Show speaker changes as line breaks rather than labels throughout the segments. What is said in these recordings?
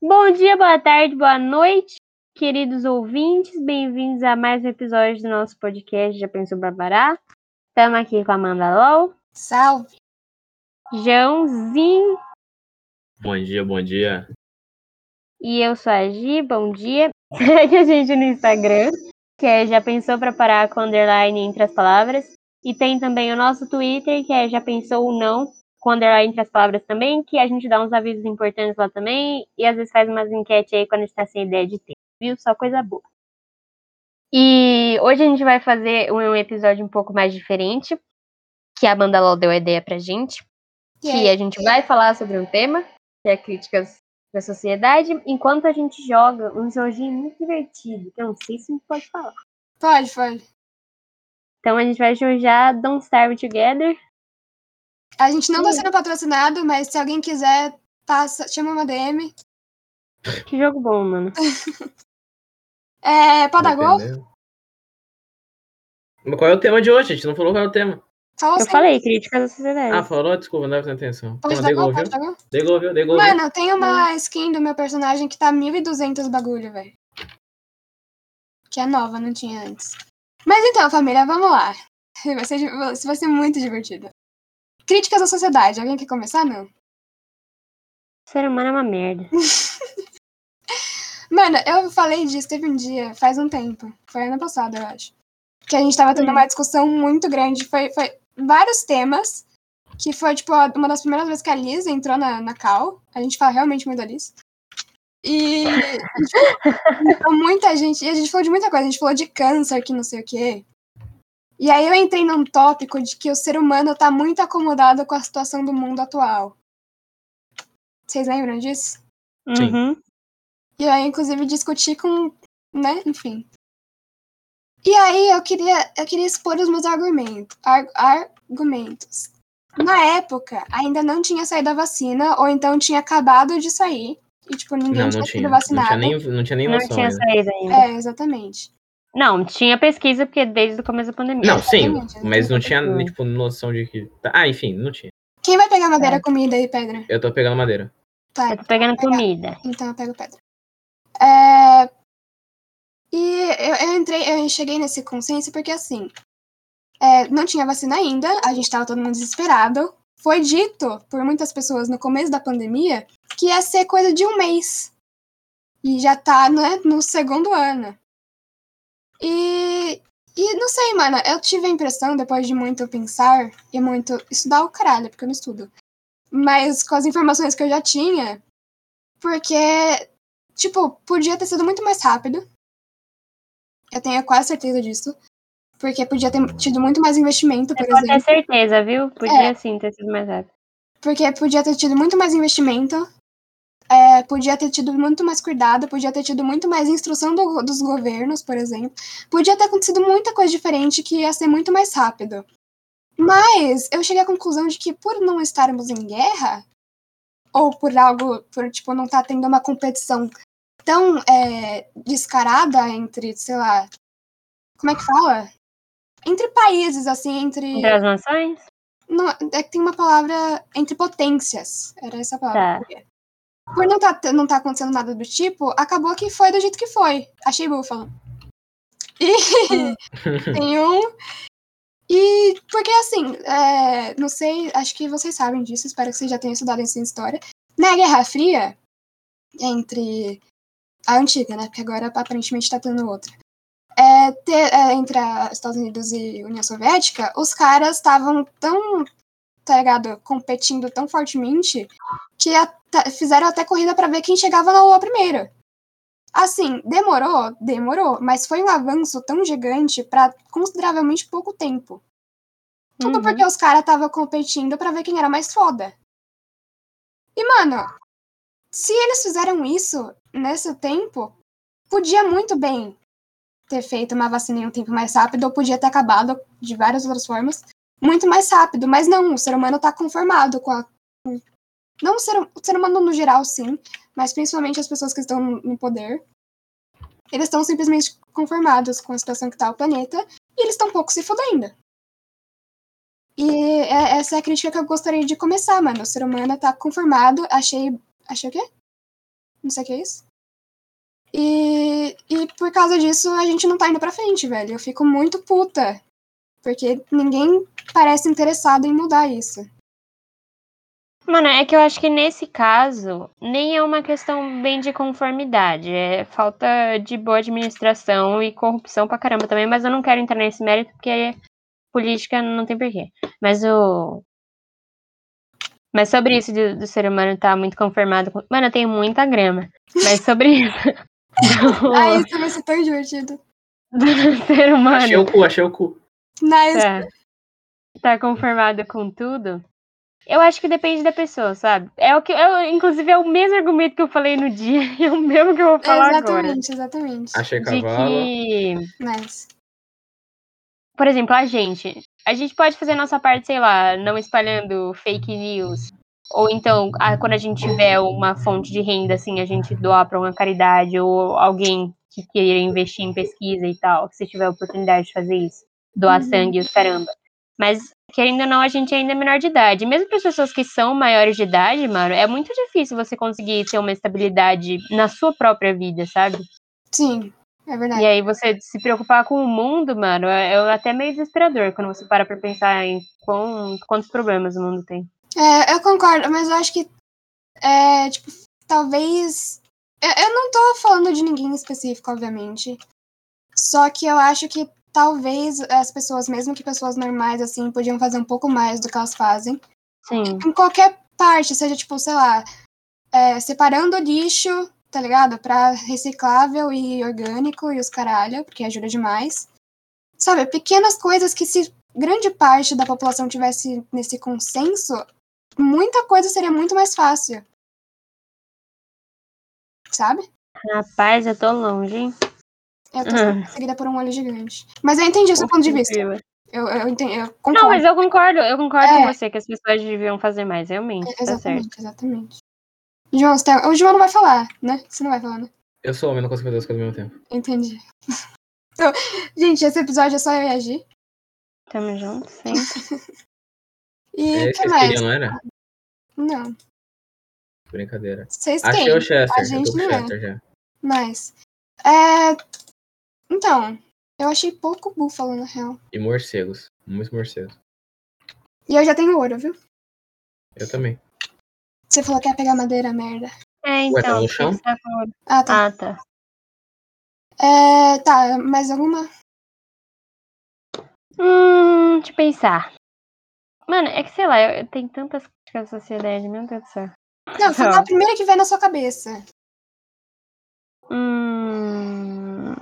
Bom dia, boa tarde, boa noite, queridos ouvintes. Bem-vindos a mais um episódio do nosso podcast Já Pensou Barbará. Estamos aqui com a Amanda Low,
Salve!
Joãozinho
Bom dia, bom dia.
e eu sou a Gi. Bom dia. Segue a gente no Instagram, que é Já Pensou pra Parar com underline entre as palavras. E tem também o nosso Twitter, que é Já Pensou ou Não, com underline entre as palavras também, que a gente dá uns avisos importantes lá também. E às vezes faz umas enquetes aí quando a gente tá sem ideia de tempo, viu? Só coisa boa. E hoje a gente vai fazer um um episódio um pouco mais diferente, que a Amanda Lol deu a ideia pra gente
E
que é.
aí?
a gente vai falar sobre um tema, que é críticas da sociedade, enquanto a gente joga um joguinho muito divertido, que eu não sei se me pode falar.
Pode, pode.
Então a gente vai jogar Don't Starve Together.
A gente não tá
Sim.
sendo patrocinado, mas se alguém quiser, passa, chama uma DM.
Que jogo bom, mano.
É, pode dar gol?
Dependendo. Mas qual é o tema de hoje? A gente não falou qual é o tema.
Falou
Eu
sem-
falei, críticas da
É.
sociedade.
Ah, falou? Desculpa, não estava prestando atenção.
assim. Pode
Toma,
Então, dar gol,
Degol, viu?
pode dar gol.
Degol, viu? Degol, viu?
Mano, tem uma skin do meu personagem que tá 1200 bagulho, velho. Que é nova, não tinha antes. Mas então, família, vamos lá. Vai ser, di- isso vai ser muito divertido. Críticas à sociedade. Alguém quer começar? Não.
O ser humano é uma merda.
Mano, eu falei disso, teve um dia, faz um tempo. Foi ano passado, eu acho. Que a gente tava tendo uma discussão muito grande. Foi, foi vários temas. Que foi, tipo, a- uma das primeiras vezes que a Liz entrou na, na Cal. A gente fala realmente muito da Liz. E a gente falou- falou muita gente. E a gente falou de muita coisa. A gente falou de câncer, que não sei o quê. E aí eu entrei num tópico de que o ser humano tá muito acomodado com a situação do mundo atual. Vocês lembram disso?
Sim.
Uhum.
E aí, inclusive, discuti com. né? Enfim. E aí, eu queria, eu queria expor os meus argumentos. ar- argumentos. Na época, ainda não tinha saído a vacina, ou então tinha acabado de sair. E, tipo, ninguém
Não,
tinha
não
sido
tinha. Não tinha
vacinado.
nem, não tinha nem
Não
noção né?
tinha
ainda.
saído ainda.
É, exatamente.
Não, tinha pesquisa, porque desde o começo da pandemia.
Não, sim,
Exatamente, não
mas
tinha
não tinha,
noção.
tipo, noção de que... tá- Ah, enfim, não tinha.
Quem vai pegar madeira
É.
comida aí, pedra?
Eu tô pegando madeira.
Tá,
Eu tô pegando comida.
Então eu pego pedra. É, E eu, eu entrei, eu cheguei nesse consenso porque assim, é, não tinha vacina ainda, a gente tava todo mundo desesperado. Foi dito por muitas pessoas no começo da pandemia que ia ser coisa de um mês. E já tá né, no segundo ano. E, e não sei, mano, eu tive a impressão, depois de muito pensar e muito estudar o caralho, porque eu não estudo. Mas com as informações que eu já tinha, porque, tipo, podia ter sido muito mais rápido. Eu tenho quase certeza disso. Porque podia ter tido muito mais investimento, por
Você pode ter
exemplo.
certeza, viu? Podia
É.
sim ter sido mais rápido.
Porque podia ter tido muito mais investimento. é, podia ter tido muito mais cuidado, podia ter tido muito mais instrução do- dos governos, por exemplo. Podia ter acontecido muita coisa diferente que ia ser muito mais rápido. Mas eu cheguei à conclusão de que por não estarmos em guerra, ou por algo, por tipo, não estar tendo uma competição tão é, descarada entre, sei lá, como é que fala? Entre países, assim, entre.
Entre as nações?
Não, é que tem uma palavra entre potências. Era essa a palavra.
Tá.
Por não tá, não tá acontecendo nada do tipo, acabou que foi do jeito que foi. Achei búfalo. E tem um. E porque assim, é, não sei, acho que vocês sabem disso, espero que vocês já tenham estudado isso em história. Na Guerra Fria, entre a antiga, né? Porque agora aparentemente tá tendo outra. É, te- é, entre a Estados Unidos e União Soviética, os caras estavam tão, tá ligado, competindo tão fortemente que até- Tá, fizeram até corrida pra ver quem chegava na Lua primeiro. Assim, demorou, demorou, mas foi um avanço tão gigante pra consideravelmente pouco tempo. Tudo
Uhum.
porque os caras estavam competindo pra ver quem era mais foda. E, mano, se eles fizeram isso nesse tempo, podia muito bem ter feito uma vacina em um tempo mais rápido, ou podia ter acabado de várias outras formas muito mais rápido. Mas não, o ser humano tá conformado com a. com- Não o ser, o ser humano no geral, sim, mas principalmente as pessoas que estão no- no poder. Eles estão simplesmente conformados com a situação que tá o planeta e eles estão um pouco se fudendo. E é- essa é a crítica que eu gostaria de começar, mano. O ser humano tá conformado. Achei. Achei o quê? não sei o que é isso. E, e por causa disso a gente não tá indo pra frente, velho. Eu fico muito puta. Porque ninguém parece interessado em mudar isso.
Mano, é que eu acho que nesse caso nem é uma questão bem de conformidade, é falta de boa administração e corrupção pra caramba também, mas eu não quero entrar nesse mérito porque política não tem porquê. Mas o. Mas sobre isso do, do ser humano tá muito conformado com. Mano, eu tenho muita grama. Mas sobre isso. do-
Ah, isso vai ser tão divertido.
do ser humano.
Achei o cu, achei o cu.
Mas,
tá, tá conformado com tudo, eu acho que depende da pessoa, sabe? É o que eu, inclusive, é o mesmo argumento que eu falei no dia, é o mesmo que eu vou falar agora.
exatamente, exatamente.
Achei
De
cavalo.
que,
Mas,
por exemplo, a gente. A gente pode fazer a nossa parte, sei lá, não espalhando fake news. Ou então, a- quando a gente tiver uma fonte de renda, assim, a gente doar para uma caridade ou alguém que queira investir em pesquisa e tal, se tiver oportunidade de fazer isso. Doar
Uhum.
sangue, os caramba. Mas, querendo ou não, a gente ainda é menor de idade. Mesmo para as pessoas que são maiores de idade, mano, é muito difícil você conseguir ter uma estabilidade na sua própria vida, sabe?
Sim, é verdade.
E aí você se preocupar com o mundo, mano, é é até meio desesperador quando você para pra pensar em quão- quantos problemas o mundo tem.
É, eu concordo, mas eu acho que é, tipo, talvez. Eu, eu não tô falando de ninguém em específico, obviamente. Só que eu acho que talvez as pessoas, mesmo que pessoas normais, assim, podiam fazer um pouco mais do que elas fazem.
Sim.
Em qualquer parte, seja, tipo, sei lá, é, separando o lixo, tá ligado? Pra reciclável e orgânico e os caralho, porque ajuda demais. Sabe, pequenas coisas que se grande parte da população tivesse nesse consenso, muita coisa seria muito mais fácil. Sabe? É
Rapaz, eu tô longe, hein?
Eu tô
Hum.
sendo seguida por um olho gigante. Mas eu entendi o seu ponto de vista. Eu, eu, entendi, eu concordo.
Não, mas eu concordo, eu concordo
É.
com você que as pessoas deviam fazer mais, realmente, tá certo.
Exatamente, exatamente. João, você tá- o João não vai falar, né? Você não vai falar, né?
Eu sou homem, não consigo fazer as coisas ao mesmo tempo.
Entendi. Então, gente, esse episódio é só eu e a Gi.
Tamo junto, sim.
E
É
o que
esse que
mais?
não era?
Não,
Brincadeira.
vocês
Achei
têm
o Chester. Eu
gente
tô com o
não é.
Chester já.
mas. É... Então, eu achei pouco búfalo, na real.
E morcegos. Muitos morcegos.
E eu já tenho ouro, viu?
Eu também.
Você falou que ia pegar madeira, merda.
É,
Ué, tá
então.
no
por
chão?
que você tá falando?
Ah, tá.
Ah, tá.
É, tá, mais alguma?
Hum, deixa eu pensar. Mano, é que sei lá, eu, eu tenho tantas críticas à sociedade, meu Deus do céu.
Não, fala
Não.
a primeira que vem na sua cabeça.
Hum.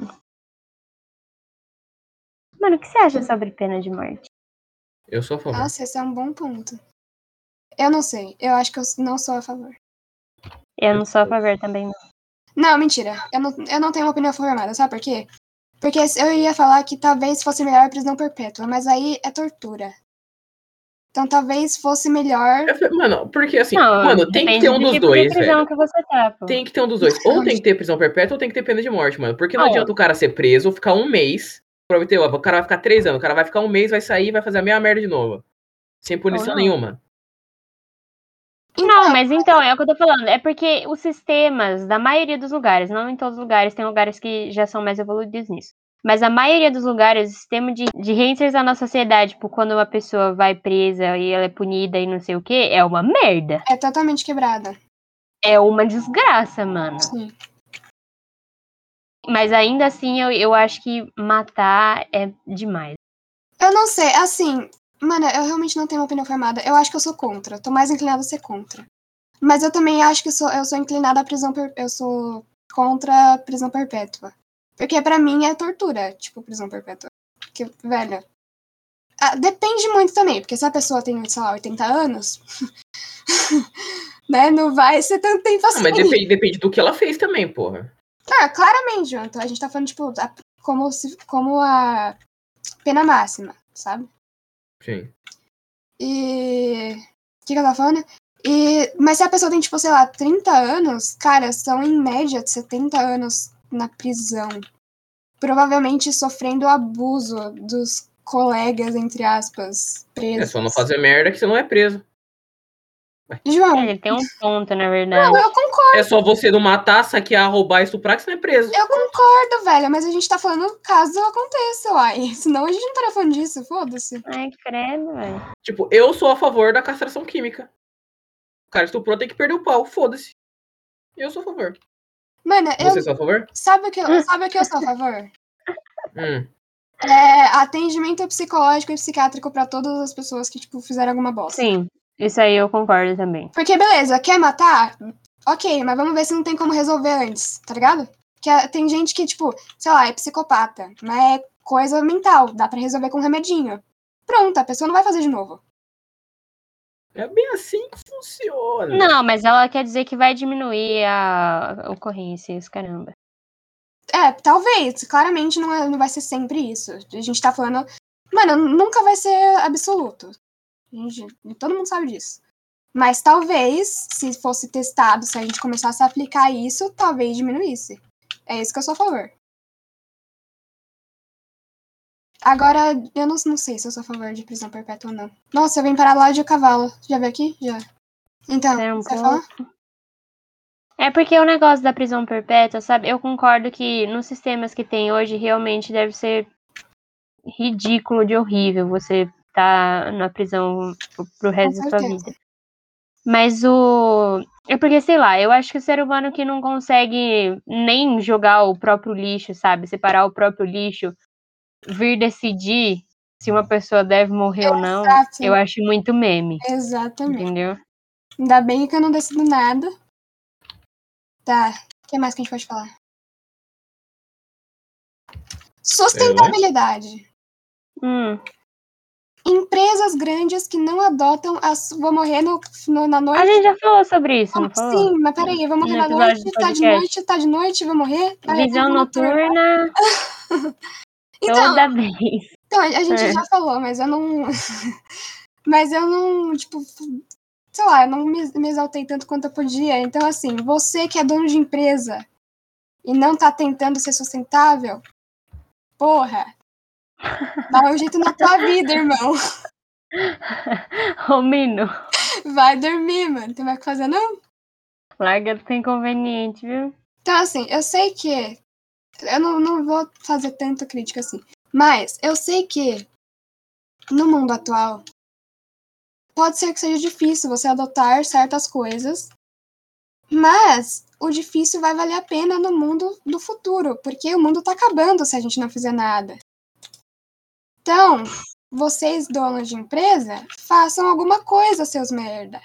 Mano, o que você acha sobre pena de morte?
Eu sou a favor.
Nossa, esse é um bom ponto. Eu não sei. Eu acho que eu não sou a favor.
Eu não sou a favor também, não.
Não, mentira. Eu não, eu não tenho uma opinião formada, sabe por quê? Porque eu ia falar que talvez fosse melhor a prisão perpétua, mas aí é tortura. Então talvez fosse melhor.
Eu falei, Mano, porque assim,
Não,
mano, tem que
depende
ter um
do
dos
tipo de
dois,
prisão
velho.
que você tá, pô.
Tem que ter um dos dois. Ou tem que ter prisão perpétua ou tem que ter pena de morte, mano. Porque não
Ah, é.
adianta o cara ser preso, ficar um mês. Prometeu, ó, o cara vai ficar três anos. O cara vai ficar um mês, vai sair, vai fazer a mesma merda de novo. Sem punição
não.
nenhuma.
Não,
um
mas então, é o que eu tô falando. É porque os sistemas da maioria dos lugares, não em todos os lugares, tem lugares que já são mais evoluídos nisso. Mas a maioria dos lugares, o sistema de, de reinserção na sociedade, tipo, quando uma pessoa vai presa e ela é punida e não sei o quê, é uma merda.
É totalmente quebrada.
É uma desgraça, mano.
Sim.
Mas ainda assim, eu, eu acho que matar é demais.
Eu não sei, assim. Mano, eu realmente não tenho uma opinião formada. Eu acho que eu sou contra. Tô mais inclinada a ser contra. Mas eu também acho que eu sou, eu sou inclinada à prisão per... Eu sou contra a prisão perpétua. Porque pra mim é tortura, tipo, prisão perpétua. Porque, velho. ah, depende muito também, porque se a pessoa tem, sei lá, 80 anos. né, não vai ser tanto tempo assim.
Não, mas depende, depende do que ela fez também, porra.
Ah, claramente, João. Então a gente tá falando, tipo, a- como, se, como a pena máxima, sabe?
Sim.
E. O que, que eu tava falando? E... Mas se a pessoa tem, tipo, sei lá, 30 anos, cara, são em média 70 anos na prisão. Provavelmente sofrendo abuso dos colegas, entre aspas, presos.
É só não fazer merda que você não é preso.
É,
João,
ele tem um ponto, na verdade.
não, eu concordo,
É só você não matar, saquear, roubar, estuprar que você não é preso.
eu concordo, velho, mas a gente tá falando caso aconteça, uai. Senão a gente não estaria falando disso, foda-se.
Ai, credo, velho.
Tipo, eu sou a favor da castração química. O cara estuprou, tem que perder o pau. Foda-se. Eu sou a favor.
Mano, eu.
Você é a favor?
Sabe o que, eu- sabe o que eu sou a favor?
Hum.
É, atendimento psicológico e psiquiátrico pra todas as pessoas que, tipo, fizeram alguma bosta.
Sim, isso aí eu concordo também.
Porque, beleza, quer matar? Ok, mas vamos ver se não tem como resolver antes, tá ligado? Que ah, tem gente que, tipo, sei lá, é psicopata, mas é coisa mental, dá pra resolver com um remedinho. Pronto, a pessoa não vai fazer de novo.
É bem assim que funciona.
Não, mas ela quer dizer que vai diminuir a a ocorrência, isso caramba.
É, talvez, claramente não, é- não vai ser sempre isso. A gente tá falando. Mano, nunca vai ser absoluto. A gente- todo mundo sabe disso. Mas talvez, se fosse testado, se a gente começasse a aplicar isso, talvez diminuísse. É isso que eu sou a favor. Agora, eu não, não sei se eu sou a favor de prisão perpétua ou não. Nossa, eu vim parar lá de cavalo. Já veio aqui? Já. Então,
Espera um
você vai falar?
É porque o negócio da prisão perpétua, sabe? Eu concordo que nos sistemas que tem hoje realmente deve ser ridículo de horrível você tá na prisão pro- pro resto da sua
certeza.
vida. Mas o. É porque, sei lá, eu acho que o ser humano que não consegue nem jogar o próprio lixo, sabe? Separar o próprio lixo, vir decidir se uma pessoa deve morrer ou não,
Exato.
eu acho muito meme,
É, Exatamente.
entendeu?
Ainda bem que eu não decido nada. Tá, o que mais que a gente pode falar? Sustentabilidade.
Hum.
Empresas grandes que não adotam as. Vou morrer no, no- na noite.
A gente já falou sobre isso,
Não,
não falou?
Sim, mas peraí, vou morrer
No
na
episódio
noite,
do
tá de
podcast.
noite, tá de noite, vou morrer. tá,
Visão
vou morrer.
noturna
Então,
toda vez.
então, a gente
É.
já falou, mas eu não. mas eu não, tipo. Sei lá, eu não me, me exaltei tanto quanto eu podia. Então, assim, você que é dono de empresa e não tá tentando ser sustentável, porra! Dá um jeito na tua vida, irmão.
Romino,
Vai dormir, mano. Tem mais o que fazer, não?
larga do inconveniente, viu?
Então, assim, eu sei que. Eu não, não vou fazer tanta crítica assim. Mas eu sei que. No mundo atual. Pode ser que seja difícil você adotar certas coisas. Mas o difícil vai valer a pena no mundo do futuro. Porque o mundo tá acabando se a gente não fizer nada. Então, vocês, donos de empresa, façam alguma coisa, seus merda.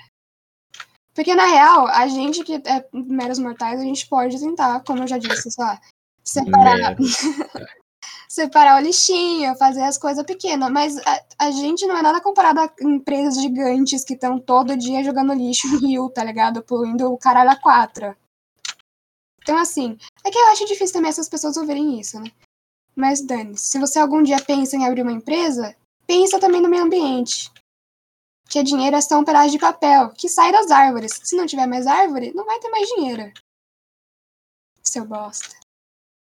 Porque, na real, a gente que é meros mortais, a gente pode tentar, como eu já disse, sei lá,
É,
separar, separar o lixinho, fazer as coisas pequenas. Mas a, a gente não é nada comparado a empresas gigantes que estão todo dia jogando lixo no rio, tá ligado? Poluindo o caralho a quatro. Então, assim, é que eu acho difícil também essas pessoas ouvirem isso, né? Mas, Dani, se você algum dia pensa em abrir uma empresa, pensa também no meio ambiente que dinheiro é só um pedaço de papel que sai das árvores. Se não tiver mais árvore, não vai ter mais dinheiro. Seu bosta.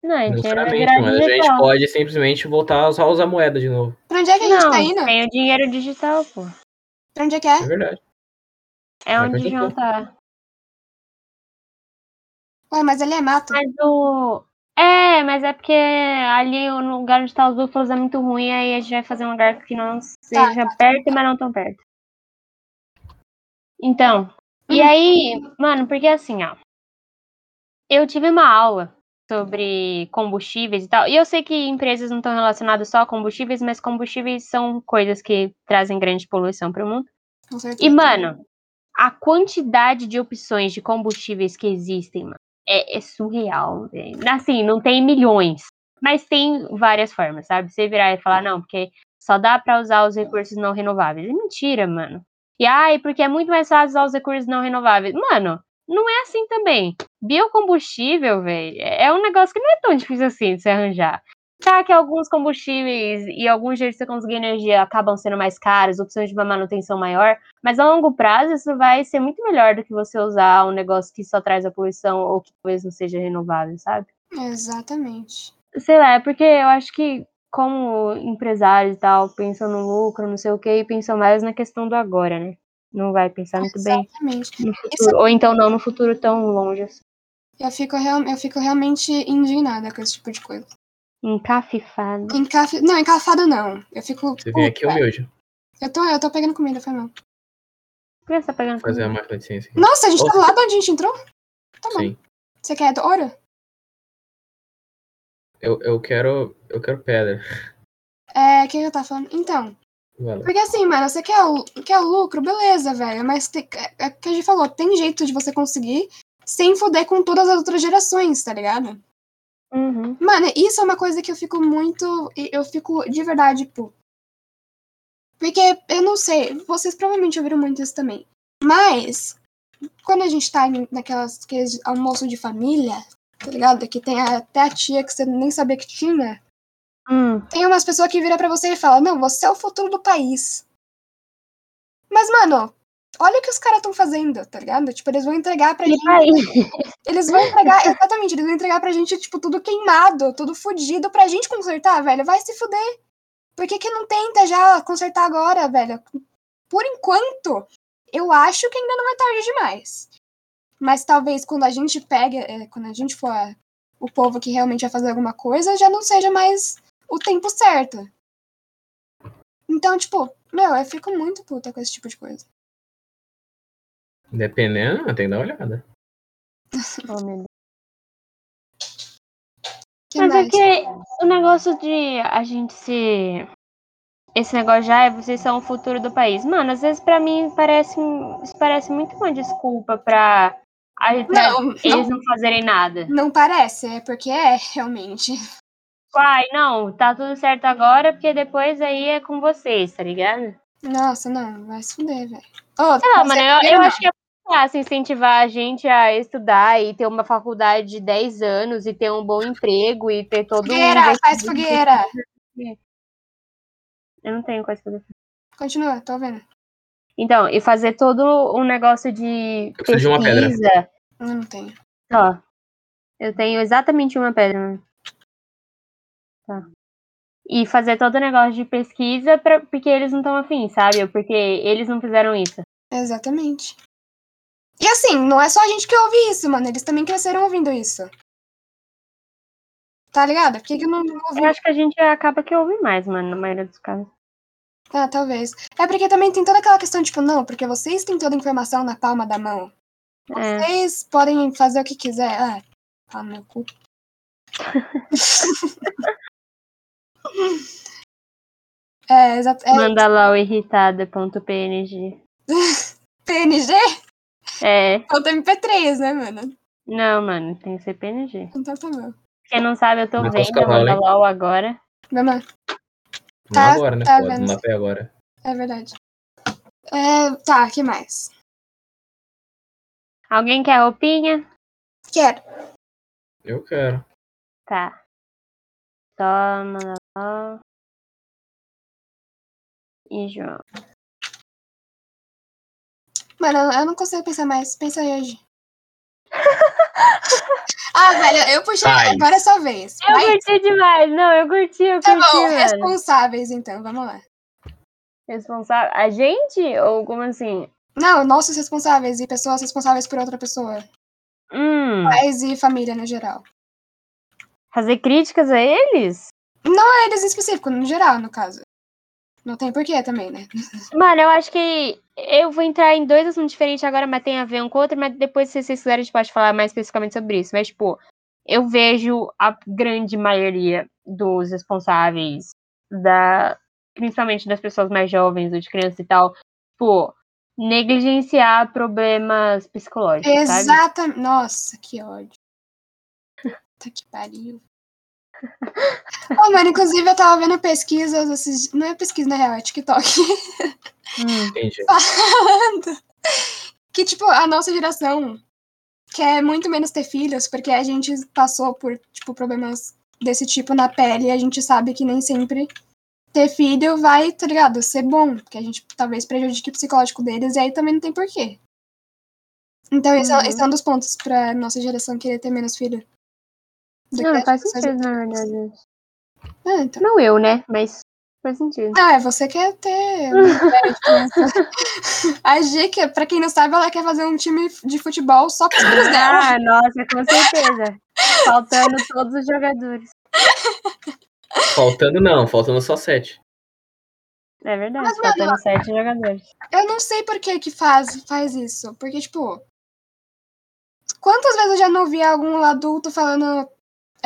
Não, a gente era É.
Sinceramente, mas a gente pode simplesmente voltar a usar, usar moeda de novo.
Pra onde é que a gente
Não,
tá indo?
tem o dinheiro digital, pô.
Pra onde é que
É
é?
verdade.
É
Mas
onde
eu tô-
juntar.
Ué, mas ele é mato.
Mas o. É, mas é porque ali o lugar onde tá os búfalos é muito ruim, aí a gente vai fazer um lugar que não seja perto, mas não tão perto. Então, e
Hum.
aí, mano, porque assim, ó. Eu tive uma aula sobre combustíveis e tal. E eu sei que empresas não estão relacionadas só a combustíveis, mas combustíveis são coisas que trazem grande poluição para o mundo.
Com certeza.
E, mano, a quantidade de opções de combustíveis que existem, mano, é, é surreal, velho. Assim, não tem milhões, mas tem várias formas, sabe? Você virar e falar, não, porque só dá pra usar os recursos não renováveis. É mentira, mano. E ai, porque é muito mais fácil usar os recursos não renováveis. Mano, não é assim também. Biocombustível, velho, é é um negócio que não é tão difícil assim de se arranjar. Tá, que alguns combustíveis e alguns jeitos de você conseguir energia acabam sendo mais caros, opções de uma manutenção maior, mas a longo prazo, isso vai ser muito melhor do que você usar um negócio que só traz a poluição ou que talvez não seja renovável, sabe?
Exatamente.
Sei lá, é porque eu acho que, como empresários e tal, pensam no lucro, não sei o quê, e pensam mais na questão do agora, né? Não vai pensar muito bem.
Exatamente.
no futuro. Ou então não no futuro tão longe assim.
Eu fico, real, eu fico realmente indignada com esse tipo de coisa.
Encafifado.
Encaf... Não, encafado não. Eu fico.
Você vem aqui
puta.
humilde
eu, tô, eu tô pegando comida, foi mal.
Por que você tá pegando
fazer a
comida?
máquina de ciência aqui.
Nossa, a gente
Ô.
tá lá de onde a gente entrou? Tá bom.
Sim.
Você quer ouro?
Eu, eu quero. Eu quero pedra.
É, o que eu tava falando? Então,
Valeu.
porque assim, mano, você quer, o- quer lucro, beleza, velho. Mas tem- é, é o que a gente falou, tem jeito de você conseguir sem foder com todas as outras gerações, tá ligado?
Uhum.
Mano, isso é uma coisa que eu fico muito. e Eu fico de verdade puto. Porque, eu não sei, vocês provavelmente ouviram muito isso também. Mas, quando a gente tá em- naquelas aqueles almoço de família, tá ligado? Que tem a- até a tia que você nem sabia que tinha.
Hum.
Tem umas pessoas que viram pra você e falam, não, você é o futuro do país. Mas, mano, olha o que os caras estão fazendo, tá ligado? Tipo, eles vão entregar pra
E
gente.
aí?
Eles vão entregar, exatamente, eles vão entregar pra gente, tipo, tudo queimado, tudo fudido, pra gente consertar, velho. Vai se fuder. Por que, que não tenta já consertar agora, velho? Por enquanto, eu acho que ainda não é tarde demais. Mas talvez quando a gente pega, é, quando a gente for a- o povo que realmente vai fazer alguma coisa, já não seja mais o tempo certo. Então, tipo, meu, eu fico muito puta com esse tipo de coisa.
Dependendo, tem que dar uma olhada.
Oh, meu Deus.
Que
Mas
mais?
é que o negócio de a gente se. Esse negócio já é vocês são o futuro do país. Mano, às vezes pra mim parece, um- isso parece muito uma desculpa pra, a- pra
Não, não,
eles não fazerem nada.
não parece, é porque é, realmente.
Uai, Tipo, não, tá tudo certo agora, porque depois aí é com vocês, tá ligado?
Nossa, não, vai se fuder, velho.
Sei lá, mano, eu, eu acho que é fácil incentivar a gente a estudar e ter uma faculdade de 10 anos e ter um bom emprego e ter todo um.
Fogueira, faz fogueira.
Eu não tenho coisa pra fazer.
Continua, tô vendo.
Então, e fazer todo um negócio de
Eu preciso de uma pedra.
pesquisa.
Eu não tenho.
Ó, eu tenho exatamente uma pedra. né? Tá. E fazer todo o negócio de pesquisa pra, porque eles não estão afim, sabe? Ou Porque eles não fizeram isso.
Exatamente. E assim, não é só a gente que ouve isso, mano. Eles também cresceram ouvindo isso. Tá ligado? Por que, que eu não ouvi?
Eu acho que a gente acaba que ouve mais, mano, na maioria dos casos.
Ah, talvez. É porque também tem toda aquela questão, tipo, não, porque vocês têm toda a informação na palma da mão.
É.
Vocês podem fazer o que quiser. Ah, tá no meu cu. é, exato. É
Manda lá o irritada.png.
PNG?
É.
Falta MP3, né, mano?
Não, mano, tem que ser PNG.
Então tá bom.
Quem não sabe, eu tô
Mas posso
vendo
cavalo,
Manda
hein?
LOL agora.
Vamos lá.
Não
Tá-
agora, né?
tá
pô?
vendo.
Não dá pra ir agora.
É verdade. É, tá, que mais?
Alguém quer roupinha?
Quero.
Eu quero.
Tá. Toma lá. E João.
Mano, eu- eu não consigo pensar mais. Pensa aí hoje. ah, velho, eu puxei.
Vai.
Agora é sua vez.
Eu
Vai.
curti demais. Não, eu curti, eu
Tá
curti,
bom,
mano.
responsáveis, então, vamos lá.
Responsável. A gente? Ou como assim?
Não, nossos responsáveis e pessoas responsáveis por outra pessoa.
Hum,
Pais e família no geral.
fazer críticas a eles?
Não eles em específico, no geral, no caso. Não tem porquê também, né?
Mano, eu acho que eu vou entrar em dois assuntos diferentes agora, mas tem a ver um com o outro, mas depois, se vocês quiserem, a gente pode falar mais especificamente sobre isso. Mas, tipo, eu vejo a grande maioria dos responsáveis, da, principalmente das pessoas mais jovens, ou de crianças e tal, tipo, negligenciar problemas psicológicos, sabe?
Exatamente. Nossa, que ódio. Puta que pariu. Ô, mano, inclusive eu tava vendo pesquisas esses. Não é pesquisa, na real, é TikTok.
Hum,
Entendi.
falando que, tipo, a nossa geração quer muito menos ter filhos, porque a gente passou por, tipo, problemas desse tipo na pele e a gente sabe que nem sempre ter filho vai, tá ligado, ser bom, porque a gente talvez prejudique o psicológico deles e aí também não tem porquê. Então, esse,
Uhum.
é, esse é um dos pontos pra nossa geração querer ter menos filho. Do que
Não,
as
faz né?
pessoas-
sentido, na verdade.
Ah, então.
Não eu, né? Mas Faz sentido.
Ah, é você quer ter. uma ideia de criança. A G, que, é, pra quem não sabe, ela quer fazer um time de futebol só com os filhos dela.
Ah, nossa, com certeza. Faltando todos os jogadores.
Faltando não, faltando só sete.
É verdade,
Mas, mano,
faltando sete jogadores.
Eu não sei por que que faz, faz isso. Porque, tipo. Quantas vezes eu já não vi algum adulto falando.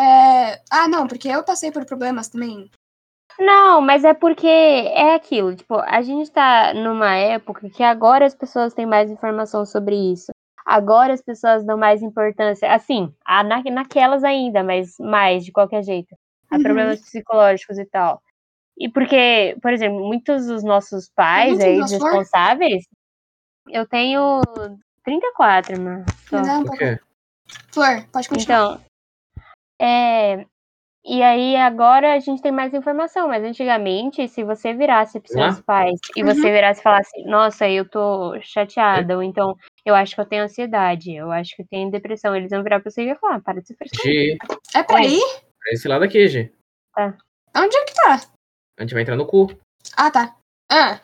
é, ah, não, porque eu passei por problemas também.
Não, mas é porque é aquilo, tipo, a gente tá numa época que agora as pessoas têm mais informação sobre isso. Agora as pessoas dão mais importância, assim, a- na, naquelas ainda, mas mais, de qualquer jeito. A
Uhum.
problemas psicológicos e tal. E porque, por exemplo, muitos dos nossos pais
Muitos
aí,
dos nossos-
responsáveis, eu tenho 34, mano. só.
Me dá um
Por
pouco-
quê?
Flor, pode continuar.
Então, é. E aí, agora a gente tem mais informação, mas antigamente, se você virasse para seus
Lá?
pais e
Uhum.
você virasse e falasse, nossa, eu tô chateada, ou então eu acho que eu tenho ansiedade, eu acho que eu tenho depressão, eles vão virar pra você e vão falar, "Ah, para de se frustrar.
G,
é por
é.
aí?
pra esse lado aqui, G.
Onde é que tá?
A gente vai entrar no cu.
Ah, tá. Ah,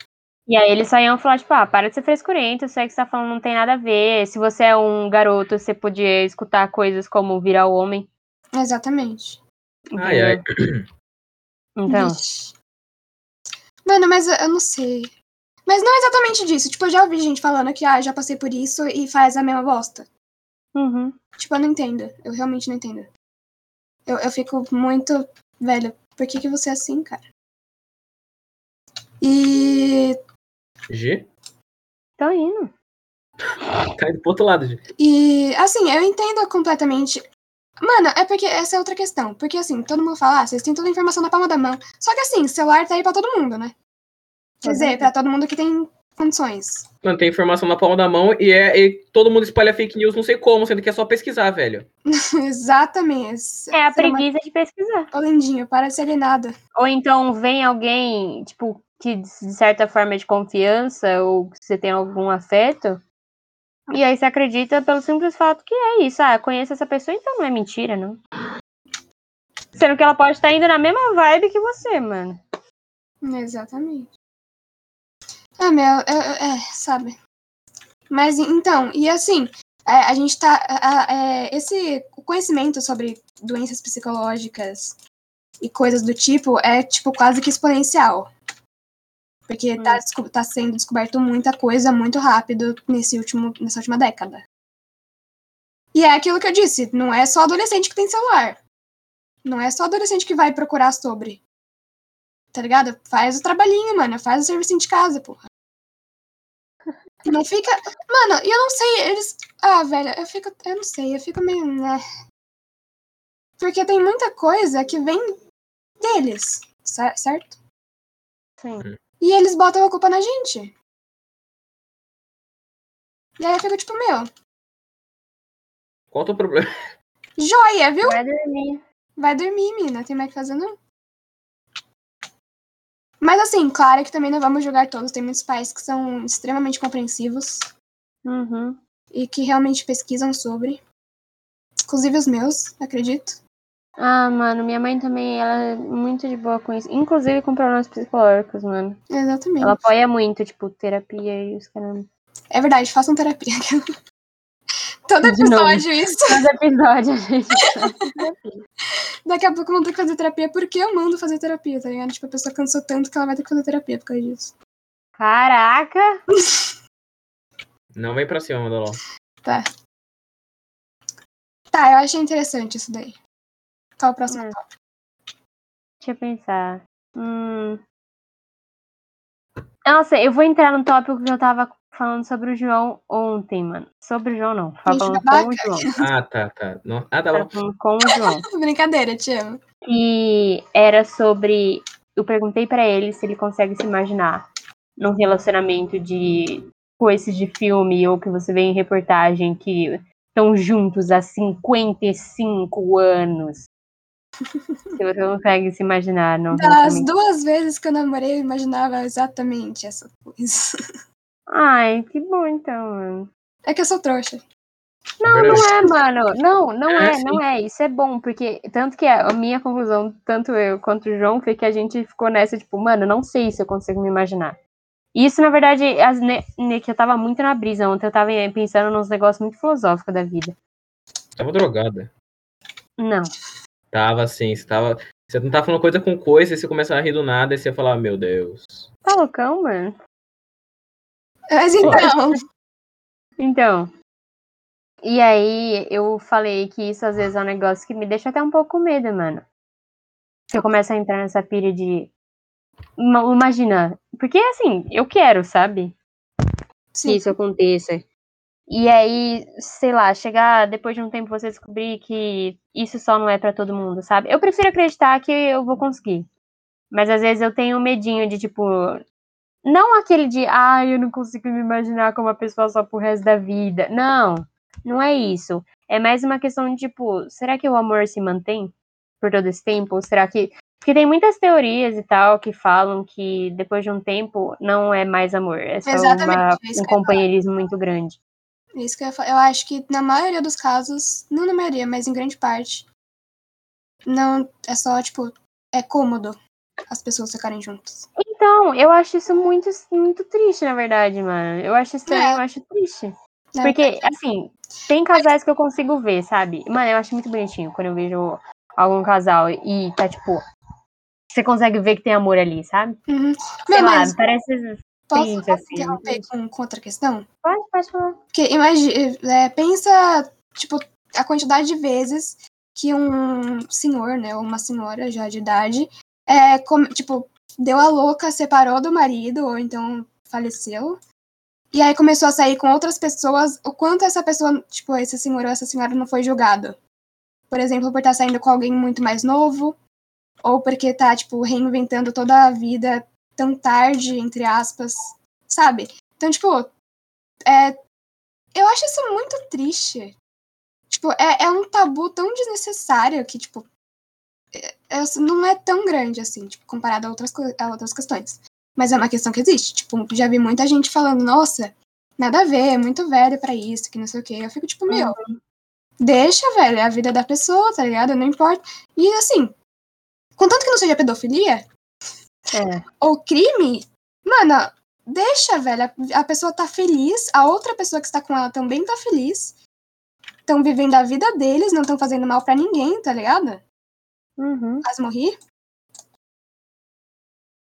E aí eles só iam falar, tipo, ah, para de ser frescurento, isso aí que você tá falando não tem nada a ver. Se você é um garoto, você podia escutar coisas como virar o homem.
exatamente.
Ai, ai.
Então,
Vixe. Mano, mas eu eu não sei. Mas não é exatamente disso. Tipo, eu já ouvi gente falando que, ah, já passei por isso e faz a mesma bosta.
uhum.
Tipo, eu não entendo. Eu realmente não entendo. Eu, eu fico muito. Velho, por que, que você é assim, cara? E.
G,
Tô Então, indo.
tá indo pro outro lado, G.
E. Assim, eu entendo completamente. Mano, é porque essa é outra questão. Porque, assim, todo mundo fala, ah, vocês têm toda a informação na palma da mão. Só que, assim, celular tá aí pra todo mundo, né? Quer dizer, pra todo mundo que tem condições.
Mano, tem informação na palma da mão e é e todo mundo espalha fake news, não sei como, sendo que é só pesquisar, velho.
Exatamente.
É a
Ser uma-
preguiça de pesquisar.
Ô, lindinho, para de ser alienada.
Ou então vem alguém, tipo, que de certa forma é de confiança, ou que você tem algum afeto, e aí você acredita pelo simples fato que é isso. Ah, conheço essa pessoa, então não é mentira, não. Sendo que ela pode estar indo na mesma vibe que você, mano.
Exatamente. Ah, meu, eu- eu- é, sabe. Mas então, e assim, é, a gente tá. a- a- é, esse conhecimento sobre doenças psicológicas e coisas do tipo é, tipo, quase que exponencial. Porque tá, desco- tá sendo descoberto muita coisa muito rápido nesse último, nessa última década. E é aquilo que eu disse, não é só adolescente que tem celular. Não é só adolescente que vai procurar sobre. Tá ligado? Faz o trabalhinho, mano. Faz o serviço de casa, porra. Não fica. Mano, e eu não sei, eles. Ah, velho, eu fico. Eu não sei, eu fico meio. né? Porque tem muita coisa que vem deles, cer- certo?
Sim.
E eles botam a culpa na gente. E aí eu fico tipo, meu,
Qual o teu problema?
joia, viu?
Vai dormir.
Vai dormir, mina. Tem mais o que fazer, não? Mas assim, claro que também não vamos julgar todos. Tem muitos pais que são extremamente compreensivos
Uhum.
e que realmente pesquisam sobre. Inclusive os meus, acredito.
Ah, mano, minha mãe também, ela é muito de boa com isso. Inclusive com problemas psicológicos, mano.
Exatamente.
Ela apoia muito, tipo, terapia e os caramba.
É verdade, façam terapia. Todo
De novo.
episódio isso.
Nos episódios, a gente.
Daqui a pouco vão ter que fazer terapia porque eu mando fazer terapia, tá ligado? Tipo, a pessoa cansou tanto que ela vai ter que fazer terapia por causa disso.
Caraca!
Não vem pra cima, Mandalor.
Tá, eu achei interessante isso daí. Qual o próximo?
Hum. Deixa eu pensar. Hum. Nossa, eu vou entrar num tópico que eu tava falando sobre o João ontem, mano. Sobre o João, não. Tava
Gente,
falando com o
babaca.
João.
Ah, tá, tá. Não- Ah, tá
Tava
bom.
falando com o João.
Brincadeira, te amo.
Que era sobre. Eu perguntei pra ele se ele consegue se imaginar num relacionamento de coisas de filme ou que você vê em reportagem que estão juntos há 55 anos. Se você não consegue se imaginar num
Das
relacionamento.
duas vezes que eu namorei, eu imaginava exatamente essa coisa.
Ai, que bom então, mano.
É que eu sou trouxa.
Não,
verdade.
não é, mano. Não, não
É,
é,
sim.
não é. Isso é bom, porque tanto que a minha conclusão, tanto eu quanto o João, foi que a gente ficou nessa, tipo, mano, não sei se eu consigo me imaginar. E Isso, na verdade, as ne- ne- que eu tava muito na brisa ontem, eu tava eh, pensando nos negócios muito filosóficos da vida.
Tava drogada.
Não.
Tava assim, você tava. Você não tava falando coisa com coisa, aí você começa a rir do nada e você ia falar, meu Deus.
Tá loucão, mano?
Mas então,
Então. E aí, eu falei que isso às vezes é um negócio que me deixa até um pouco com medo, mano. Que eu começo a entrar nessa pilha de. ima- Imagina. Porque assim, eu quero, sabe? que
sim.
isso aconteça. E aí, sei lá, chegar depois de um tempo você descobrir que isso só não é pra todo mundo, sabe? Eu prefiro acreditar que eu vou conseguir. Mas às vezes eu tenho um medinho de tipo não aquele de, ah, eu não consigo me imaginar como uma pessoa só pro resto da vida. Não, não é isso. É mais uma questão de tipo, será que o amor se mantém por todo esse tempo? Ou será que porque tem muitas teorias e tal que falam que depois de um tempo não é mais amor, é só
Exatamente,
uma-
é isso
um
que eu ia
companheirismo muito grande.
é Isso que eu, ia falar. eu acho que na maioria dos casos, não na maioria, mas em grande parte, não é só, tipo, é cômodo as pessoas ficarem juntas.
Então, eu acho isso muito, muito triste, na verdade, mano. Eu acho estranho,
É.
eu acho triste.
né?
Porque, assim, tem casais que eu consigo ver, sabe? Mano, eu acho muito bonitinho quando eu vejo algum casal e tá tipo. Você consegue ver que tem amor ali, sabe?
Uhum.
Sei
Meu,
lá,
mas
parece.
posso,
sim,
posso
assim,
interromper com, com outra questão?
Pode, pode falar.
Porque imagina, pensa, tipo, a quantidade de vezes que um senhor, né, ou uma senhora já de idade, é, come- tipo, deu a louca, separou do marido, ou então faleceu. E aí começou a sair com outras pessoas, o quanto essa pessoa, tipo, esse senhor ou essa senhora não foi julgado. Por exemplo, por estar saindo com alguém muito mais novo, ou porque tá, tipo, reinventando toda a vida tão tarde, entre aspas, sabe? Então, tipo, é, eu acho isso muito triste. Tipo, é, é um tabu tão desnecessário que, tipo, é- é- não é tão grande assim, tipo, comparado a outras, co- a outras questões. Mas é uma questão que existe. Tipo, já vi muita gente falando, nossa, nada a ver, é muito velho pra isso, que não sei o quê. Eu fico, tipo, meu, deixa, velho, é a vida da pessoa, tá ligado? Não importa. E assim, contanto que não seja pedofilia,
É.
ou crime, mano, deixa, velho. A, a pessoa tá feliz, a outra pessoa que está com ela também tá feliz. Estão vivendo a vida deles, não estão fazendo mal pra ninguém, tá ligado?
Uhum.
Quase morri.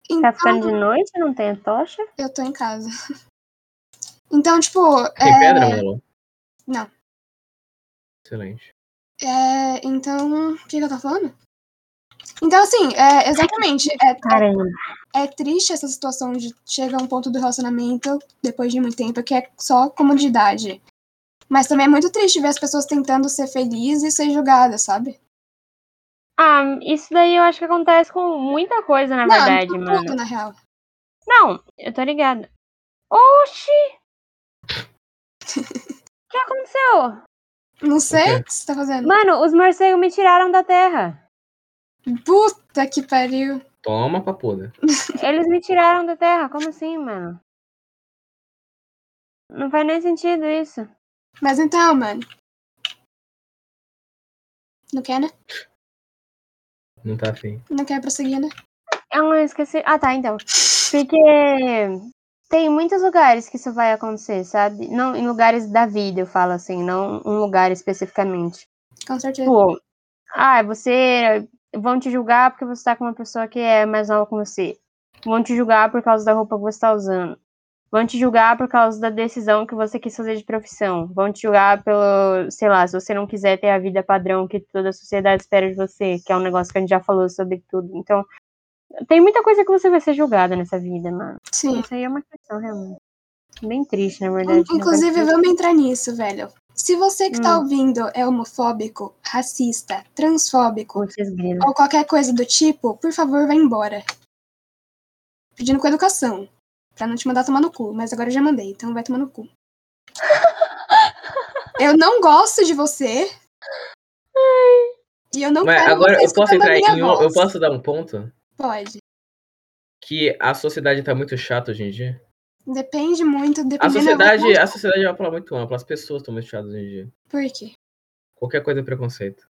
Tá
Então,
ficando de noite, não tem a tocha?
eu tô em casa. Então, tipo,
Tem
é,
pedra, Malu?
não.
Excelente.
é, então, o que, que eu tô falando? Então, assim, é, exatamente, é,
Caramba.
é triste essa situação de chegar a um ponto do relacionamento depois de muito tempo que é só comodidade. Mas também é muito triste ver as pessoas tentando ser felizes e ser julgadas, sabe?
Ah, isso daí eu acho que acontece com muita coisa, na É verdade,
não, com
mano.
tudo, na real.
Não, eu tô ligada. Oxi! O que aconteceu?
Não sei
Ok.
o que você tá fazendo.
Mano, os morcegos me tiraram da terra.
Puta que pariu.
Toma, papuda.
Eles me tiraram da terra, como assim, mano? Não faz nem sentido isso.
Mas então, mano. Não quer, né?
Não tá afim.
Não quer prosseguir, né?
Eu não esqueci. Ah, tá, então. Porque tem muitos lugares que isso vai acontecer, sabe? Não, em lugares da vida, eu falo assim, não um lugar especificamente.
Com certeza.
Tipo, ah, você. Vão te julgar porque você tá com uma pessoa que é mais nova que você. Vão te julgar por causa da roupa que você tá usando. Vão te julgar por causa da decisão que você quis fazer de profissão. Vão te julgar pelo, sei lá, se você não quiser ter a vida padrão que toda a sociedade espera de você, que é um negócio que a gente já falou sobre tudo. Então, tem muita coisa que você vai ser julgada nessa vida, mano.
Sim.
Isso aí é uma questão realmente bem triste, na é verdade. né?
In- Inclusive, vamos entrar nisso, velho. Se você que tá
Hum.
ouvindo é homofóbico, racista, transfóbico,
vocês grilam.
ou qualquer coisa do tipo, por favor, vá embora. Pedindo com educação. Pra não te mandar tomar no cu, mas agora eu já mandei, então vai tomar no cu. eu não gosto de você. E eu não
Mas
quero
agora
você
eu posso
escutando a
entrar em.
minha
um- Eu
voz.
posso dar um ponto?
Pode.
Que a sociedade tá muito chata hoje em dia.
Depende muito, depende
A sociedade, a sociedade é uma palavra muito ampla, as pessoas estão muito chatas hoje em dia.
Por quê?
Qualquer coisa é preconceito.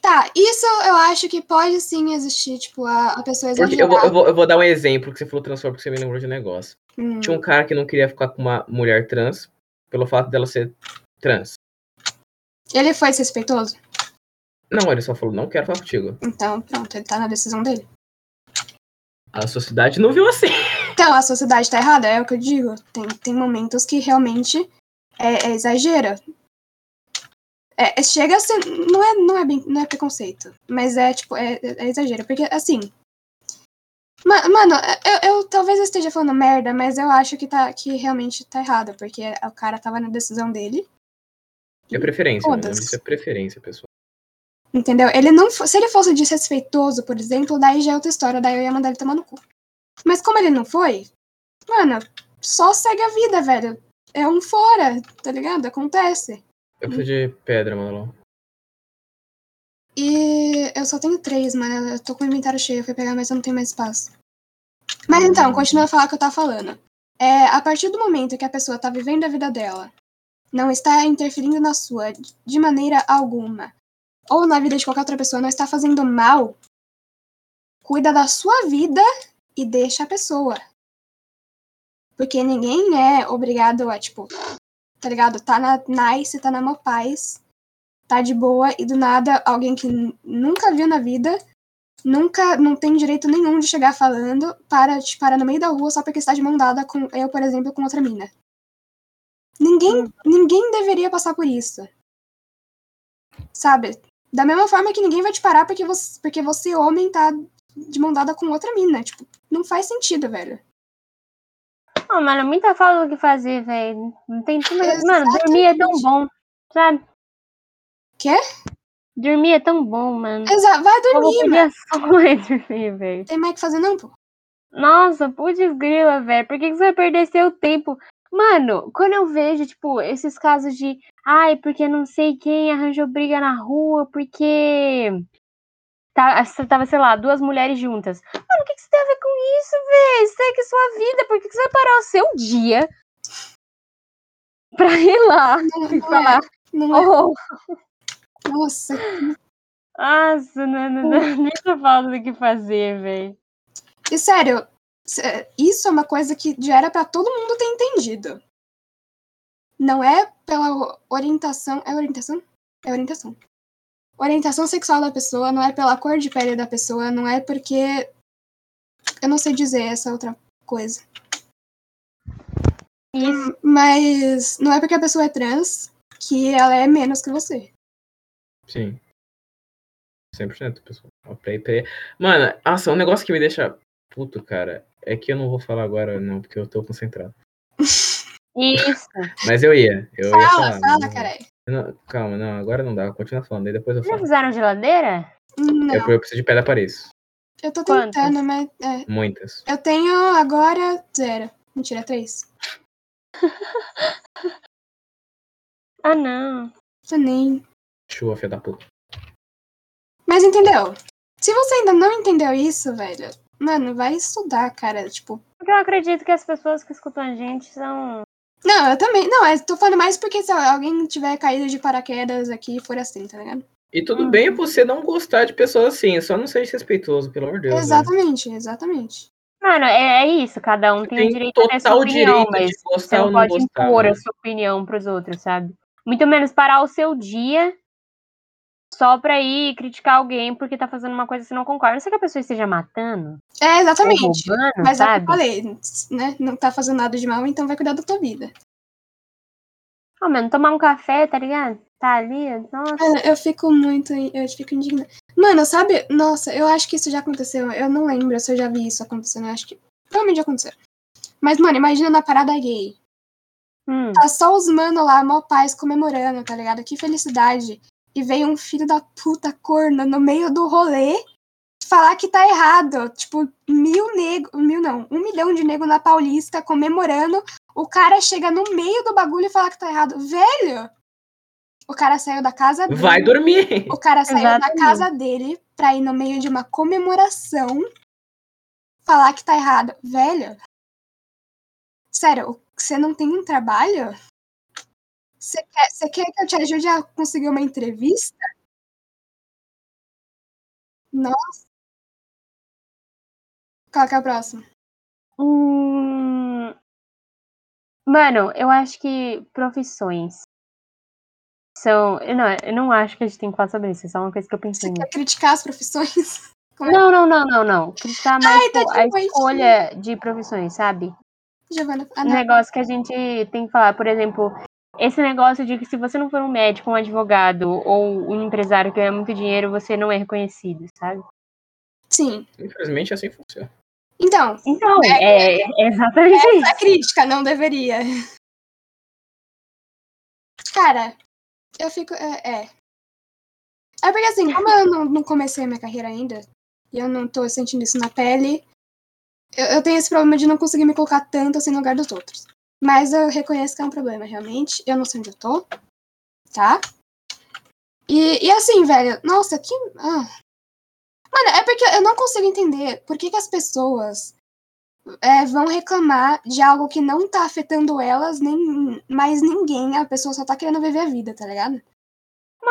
Tá, isso eu acho que pode sim existir, tipo, a, a pessoa
Porque
exagerar.
eu, vou, eu, vou, eu vou dar um exemplo que você falou transforma, porque você me lembrou de um negócio.
Hum,
Tinha um cara que não queria ficar com uma mulher trans pelo fato dela ser trans.
Ele foi desrespeitoso?
Não, ele só falou, não quero falar contigo.
Então, pronto, ele tá na decisão dele.
A sociedade não viu assim.
Então, a sociedade tá errada, é o que eu digo. Tem, tem momentos que realmente é, é exagera. É, é- chega a ser. Não é, não, é bem, não é preconceito, mas é tipo, é, é exagero. Porque, assim. ma- Mano, eu, eu talvez eu esteja falando merda, mas eu acho que, tá, que realmente tá errado, porque o cara tava na decisão dele.
É preferência, mano.
Foda-se.
Isso é preferência, pessoal.
Entendeu? Ele não, fo- se ele fosse desrespeitoso, por exemplo, daí já é outra história, daí eu ia mandar ele tomar no cu. Mas como ele não foi, mano, só segue a vida, velho. É um fora, tá ligado? Acontece.
Eu preciso de pedra, mano.
E eu só tenho três, mano. Eu tô com o inventário cheio, eu fui pegar, mas eu não tenho mais espaço. Mas então, continuando a falar o que eu tava falando. É, a partir do momento que a pessoa tá vivendo a vida dela, não está interferindo na sua de maneira alguma, ou na vida de qualquer outra pessoa, não está fazendo mal, cuida da sua vida e deixa a pessoa. Porque ninguém é obrigado a, tipo, tá ligado? Tá na nice, tá na mó paz tá de boa e do nada alguém que n- nunca viu na vida, nunca, não tem direito nenhum de chegar falando, para te parar no meio da rua só porque está de mão dada com eu, por exemplo, com outra mina. Ninguém, ninguém deveria passar por isso. Sabe? Da mesma forma que ninguém vai te parar porque você, porque você homem tá de mão dada com outra mina, tipo, não faz sentido, velho.
Ah, mano, muita falta do que fazer, velho. Não tem tudo. Mano,
Exatamente.
dormir é tão bom, sabe?
Quê?
Dormir é tão bom, mano.
Exa vai
Eu vou
dormir, mano.
pegar sono e dormir, velho.
Tem mais o que fazer não, pô.
Nossa, putz grila, velho. Por que que você vai perder seu tempo? Mano, quando eu vejo, tipo, esses casos de. Ai, porque não sei quem arranjou briga na rua, porque. Tá, essa- tava, sei lá, duas mulheres juntas. Mano, o que, que você tem a ver com isso, velho? Segue sua vida. Por que, que você vai parar o seu dia pra ir lá
Não,
e
não é,
falar?
não é.
Oh,
Nossa,
nossa, não, não, não, muita falta do que fazer, velho.
E sério, sé- isso é uma coisa que já era pra todo mundo ter entendido. Não é pela o- orientação. É orientação? É orientação. Orientação sexual da pessoa, não é pela cor de pele da pessoa, não é porque. Eu não sei dizer essa outra coisa.
Isso,
Mas não é porque a pessoa é trans que ela é menos que você.
Sim. 100%, pessoal. Ó, Peraí, peraí. Mano, nossa, um negócio que me deixa puto, cara, é que eu não vou falar agora, não, porque eu tô concentrado.
isso.
Mas eu ia. Eu ia
Fala,
falar, né?
fala,
mas-
caralho.
Não, calma, não, agora não dá. Continua falando, aí depois eu
Já
falo.
usaram geladeira?
Não,
Eu, eu preciso de pedra para isso.
eu tô
Quantas?
tentando, mas. é.
Muitas.
Eu tenho agora zero. Mentira, três.
Ah, não.
Eu nem
Chuva, filha da puta.
Mas entendeu? Se você ainda não entendeu isso, velho, mano, vai estudar, cara. Tipo.
Porque eu acredito que as pessoas que escutam a gente são.
Não, eu também. Não, eu tô falando mais porque se alguém tiver caído de paraquedas aqui e for assim, tá ligado?
E
Hum.
tudo bem você não gostar de pessoas assim, só não seja respeitoso, pelo amor de Deus. né? velho.
exatamente, exatamente.
Mano, é, é isso. Cada um tem, o
Tem
direito a ter sua
total
opinião,
direito
mas
de
você
gostar
não
ou não
pode
gostar. né?
impor a
mano.
sua opinião pros outros, sabe? Muito menos parar o seu dia só pra ir criticar alguém porque tá fazendo uma coisa que você não concorda. Não sei que a pessoa esteja matando,
É,
ou
exatamente.
roubando,
Mas é o que eu
então, sabe?
falei, né? Não tá fazendo nada de mal, então vai cuidar da tua vida.
Ah, mano, tomar um café, tá ligado? Tá ali, nossa.
Mano, eu fico muito. Eu fico indignada. Mano, sabe? Nossa, eu acho que isso já aconteceu. Eu não lembro se eu já vi isso acontecendo. Eu acho que. Provavelmente já aconteceu. Mas, mano, imagina na parada gay.
Hum,
Tá só os mano lá, mó paz, comemorando, tá ligado? Que felicidade. E veio um filho da puta corno no meio do rolê falar que tá errado. Tipo, mil nego, mil não, um milhão de nego na Paulista comemorando. O cara chega no meio do bagulho e fala que tá errado. Velho! O cara saiu da casa dele.
Vai dormir.
O cara saiu
Exatamente.
da casa dele pra ir no meio de uma comemoração falar que tá errado. Velho, Sério, você não tem um trabalho? Você quer, você quer que eu te ajude a conseguir uma entrevista? Nossa. Qual que é o próximo?
Hum... Mano, eu acho que profissões são. Eu não, eu não acho que a gente tem que falar sobre isso, é só uma coisa que eu pensei.
Você quer criticar as profissões? Como é?
Não, não, não, não, não. Criticar mais
Ai, tá
pô, a
demais.
escolha de profissões, sabe?
Giovana. Ah,
Um
não.
negócio que a gente tem que falar, por exemplo, esse negócio de que se você não for um médico, um advogado ou um empresário que ganha muito dinheiro, você não é reconhecido, sabe?
Sim.
Infelizmente assim funciona.
Então,
Então, é, é exatamente isso.
a crítica não deveria. Cara, eu fico. É. É, É porque assim, como eu não, não comecei a minha carreira ainda, e eu não tô sentindo isso na pele, eu, eu tenho esse problema de não conseguir me colocar tanto assim no lugar dos outros. Mas eu reconheço que é um problema, realmente. Eu não sei onde eu tô, tá? E, e assim, velho, nossa, que. ah. Mano, é porque eu não consigo entender por que que as pessoas é, vão reclamar de algo que não tá afetando elas, nem mais ninguém. A pessoa só tá querendo viver a vida, tá ligado?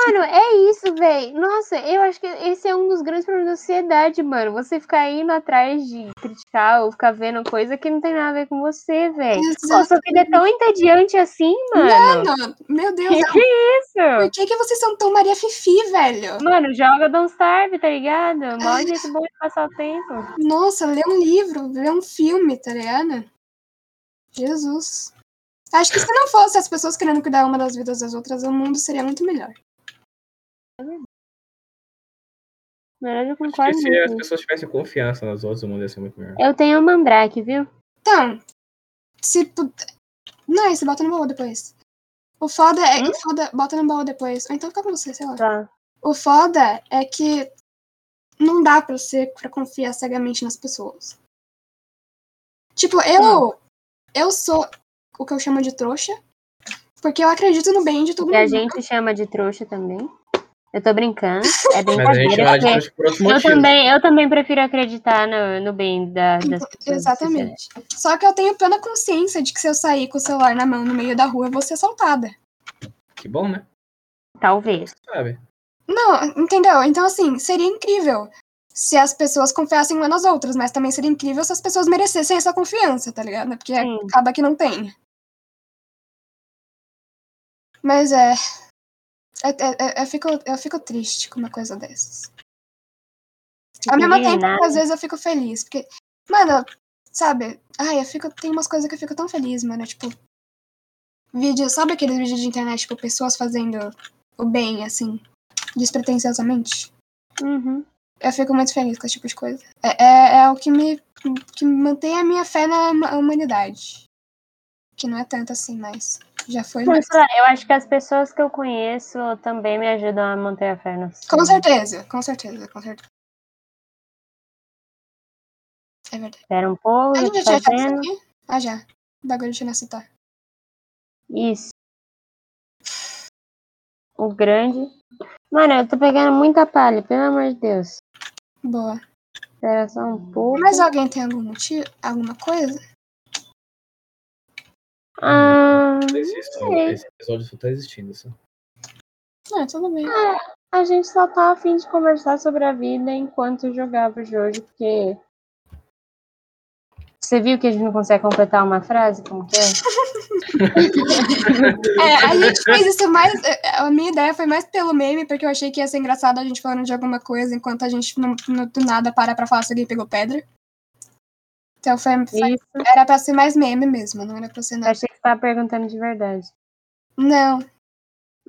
Mano, é isso, véi. Nossa, eu acho que esse é um dos grandes problemas da sociedade, mano. Você ficar indo atrás de criticar ou ficar vendo coisa que não tem nada a ver com você, véi. Pô, sua vida é tão entediante assim, mano.
assim, Mano, meu Deus,
Que que é isso?
por que, que vocês são tão Maria Fifi, velho?
Mano, joga Don't Starve, tá ligado? Mal jeito bom de passar o tempo.
Nossa, lê um livro, lê um filme, tá ligado? Jesus. Acho que se não fosse as pessoas querendo cuidar uma das vidas das outras, o mundo seria muito melhor.
Na verdade, eu
Porque
concordo
se as
muito.
pessoas tivessem confiança nas outras, o mundo ia ser muito melhor.
Eu tenho um mandrake, viu?
Então, se puder. Não, esse bota no baú depois. O foda é.
Hum?
O foda, bota no baú depois. Ou então fica com você, sei lá.
Tá.
O foda é que não dá pra você pra confiar cegamente nas pessoas. Tipo, eu eu sou o que eu chamo de trouxa, porque eu acredito no bem de todo
E a
mundo.
gente chama de trouxa também. Eu tô brincando. É
Mas a gente
brincadeira.
fala de
porque
todos por outro
Eu
motivo.
também, eu também prefiro acreditar no, no bem da- das pessoas. assim, né? sinceramente.
Exatamente. Só que eu tenho plena consciência de que se eu sair com o celular na mão no meio da rua, eu vou ser assaltada.
Que bom, né?
Talvez.
Sabe?
Não, entendeu? Então, assim, seria incrível se as pessoas confiassem umas nas outras, mas também seria incrível se as pessoas merecessem essa confiança, tá ligado? Porque
Sim.
acaba que não tem. Mas é. é- é- é- eu, fico, eu fico triste com uma coisa dessas. Ao mesmo tempo,
Indignada.
às vezes eu fico feliz, porque. Mano, sabe? Ai, eu fico. Tem umas coisas que eu fico tão feliz, mano. Tipo. Vídeo. Sabe aqueles vídeos de internet, tipo, pessoas fazendo o bem, assim, despretensiosamente?
Uhum.
Eu fico muito feliz com esse tipo de coisa. É, é, é o que me, que me mantém a minha fé na huma- humanidade. Que não é tanto assim, mas já foi
Mas,
mais.
sei lá, eu acho que as pessoas que eu conheço também me ajudam a manter a fé na
Com
sociedade.
certeza, com certeza, com certeza. É verdade.
Espera um pouco,
A
já
gente
tô
já tinha achado isso
fazendo.
aqui? Ah, já. O bagulho de citar.
Isso. O grande. Mano, eu tô pegando muita palha, pelo amor de Deus.
Boa.
Espera só um pouco.
Mas alguém tem algum motivo? Alguma coisa?
Ah,
Existe,
Não sei.
esse episódio só tá existindo. Assim.
Não, tudo bem.
a gente só tá a fim de conversar sobre a vida enquanto jogava o jogo, porque. Você viu que a gente não consegue completar uma frase? Como que é?
É, a gente fez isso mais. é, A minha ideia foi mais pelo meme, porque eu achei que ia ser engraçado a gente falando de alguma coisa enquanto a gente não, não- do nada para pra falar se alguém pegou pedra. Então foi, foi-
Isso.
era pra ser mais meme mesmo, não era pra ser
Eu
nada.
Achei que você tava perguntando de verdade.
Não.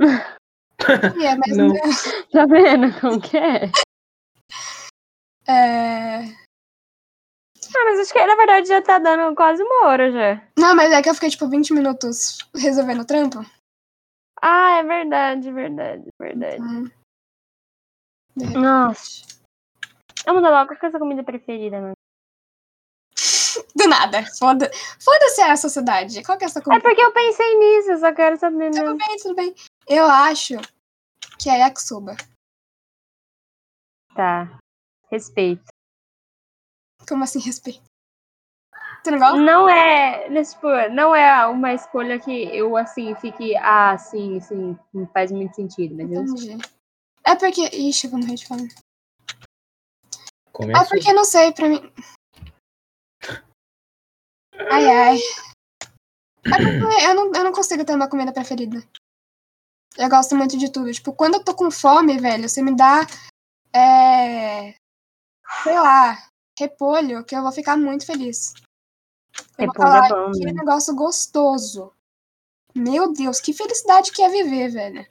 É, mas
Não.
não.
Tá vendo como que é?
é,
Ah, mas acho que na verdade já tá dando quase uma hora já.
Não, mas é que eu fiquei tipo 20 minutos resolvendo o trampo.
Ah, é verdade, verdade, verdade.
Hum. É.
Nossa, vamos dar logo qual que é a sua comida preferida, mano.
Do nada. Foda- Foda-se a sociedade. Qual que é essa
É
conversa?
porque eu pensei nisso, eu só quero saber mesmo.
Tudo bem, tudo bem. Eu acho que é yakisoba.
Tá. Respeito.
Como assim, respeito? Você não gosta?
Não é, né, tipo, não é uma escolha que eu assim fique, ah, sim, sim, não faz muito sentido, né, mas eu
Entendi. É porque. Ixi, eu vou morrer de fome.
Começa
Ah,
É porque não sei, pra mim. Ai, ai. É porque eu não, eu não consigo ter uma comida preferida. Eu gosto muito de tudo. Tipo, quando eu tô com fome, velho, você me dá. É. Sei lá. Repolho, que eu vou ficar muito feliz. Eu vou
Repolho é
Então, falar,
bom,
que
né?"
negócio gostoso. Meu Deus, que felicidade que é viver, velho.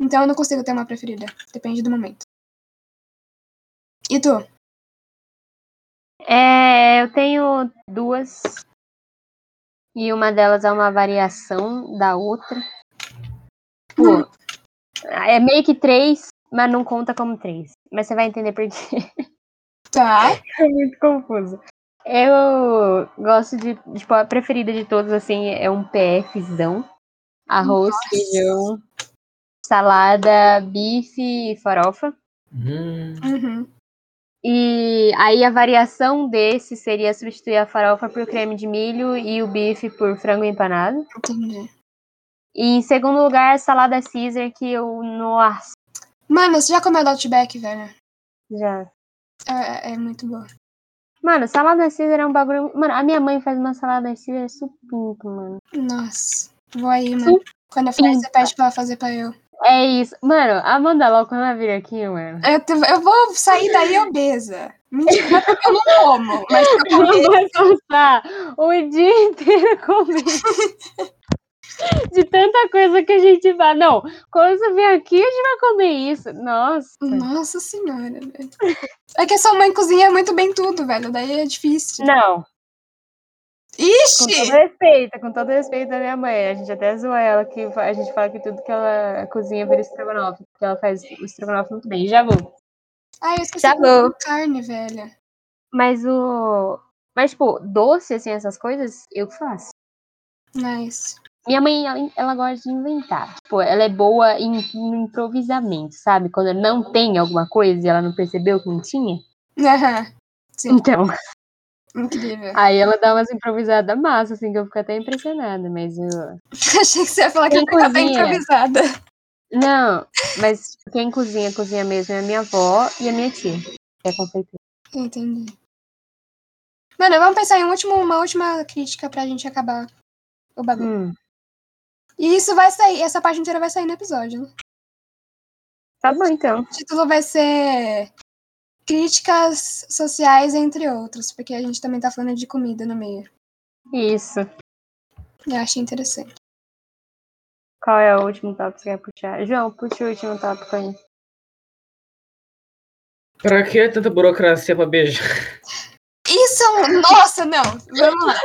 Então eu não consigo ter uma preferida. Depende do momento. E tu?
É, eu tenho duas. E uma delas é uma variação da outra. Tipo,
Hum.
é meio que três, mas não conta como três. Mas você vai entender por quê.
Tá.
É muito confuso. Eu gosto de, tipo, a preferida de todos, assim, é um PFzão. Arroz,
Nossa.
feijão, salada, bife e farofa.
Hum,
Uhum.
E aí a variação desse seria substituir a farofa por creme de milho e o bife por frango empanado.
Entendi.
E em segundo lugar, salada Caesar, que eu nossa,
Mano, você já comeu do Outback, velho?
já.
É, é- é muito boa.
Mano, salada Caesar é um bagulho. Mano, a minha mãe faz uma salada Caesar supimpa, mano.
Nossa. Vou aí, mano. Quando eu fizer, você pede pra ela fazer pra eu.
É isso. Mano, Amanda Law, quando ela vir aqui, mano.
Eu, te- eu vou sair daí obesa. Mentira, porque eu não como. Mas se eu
Ela
comer,
vai passar o dia inteiro comendo. De tanta coisa que a gente vai. Não, quando você vem aqui, a gente vai comer isso. Nossa.
Nossa senhora, velho. É que a sua mãe cozinha muito bem tudo, velho. Daí é difícil.
Não, Com todo
Ixi!
respeito, com todo respeito da minha mãe. A gente até zoa ela, que fa- a gente fala que tudo que ela cozinha vira estrogonofe, porque ela faz o estrogonofe muito bem. Já vou.
Ai, eu esqueci
Tá
de colocar
bom.
carne, velho.
Mas o. Mas, tipo, doce, assim, essas coisas, eu faço.
Nice.
Minha mãe, ela, ela gosta de inventar. Tipo, ela é boa em, em improvisamento, sabe? Quando não tem alguma coisa e ela não percebeu que não tinha.
Aham. Sim,
Então,
incrível.
aí ela dá umas improvisadas massa, assim, que eu fico até impressionada. Mas eu,
Achei que você ia falar que
Quem
ela tá
cozinha?
improvisada.
Não, mas quem cozinha, cozinha mesmo é a minha avó e a minha tia, que é confeiteira.
Entendi. Mano, vamos pensar em um último- uma última crítica pra gente acabar o bagulho.
Hum,
E isso vai sair, essa parte inteira vai sair no episódio. Né?
tá bom, então.
O título vai ser Críticas Sociais, entre outros, porque a gente também tá falando de comida no meio.
Isso.
Eu achei interessante.
Qual é o último tópico que você quer puxar? João, puxa o último tópico aí.
pra que tanta burocracia pra beijar?
Isso é um. Nossa, não! Vamos lá.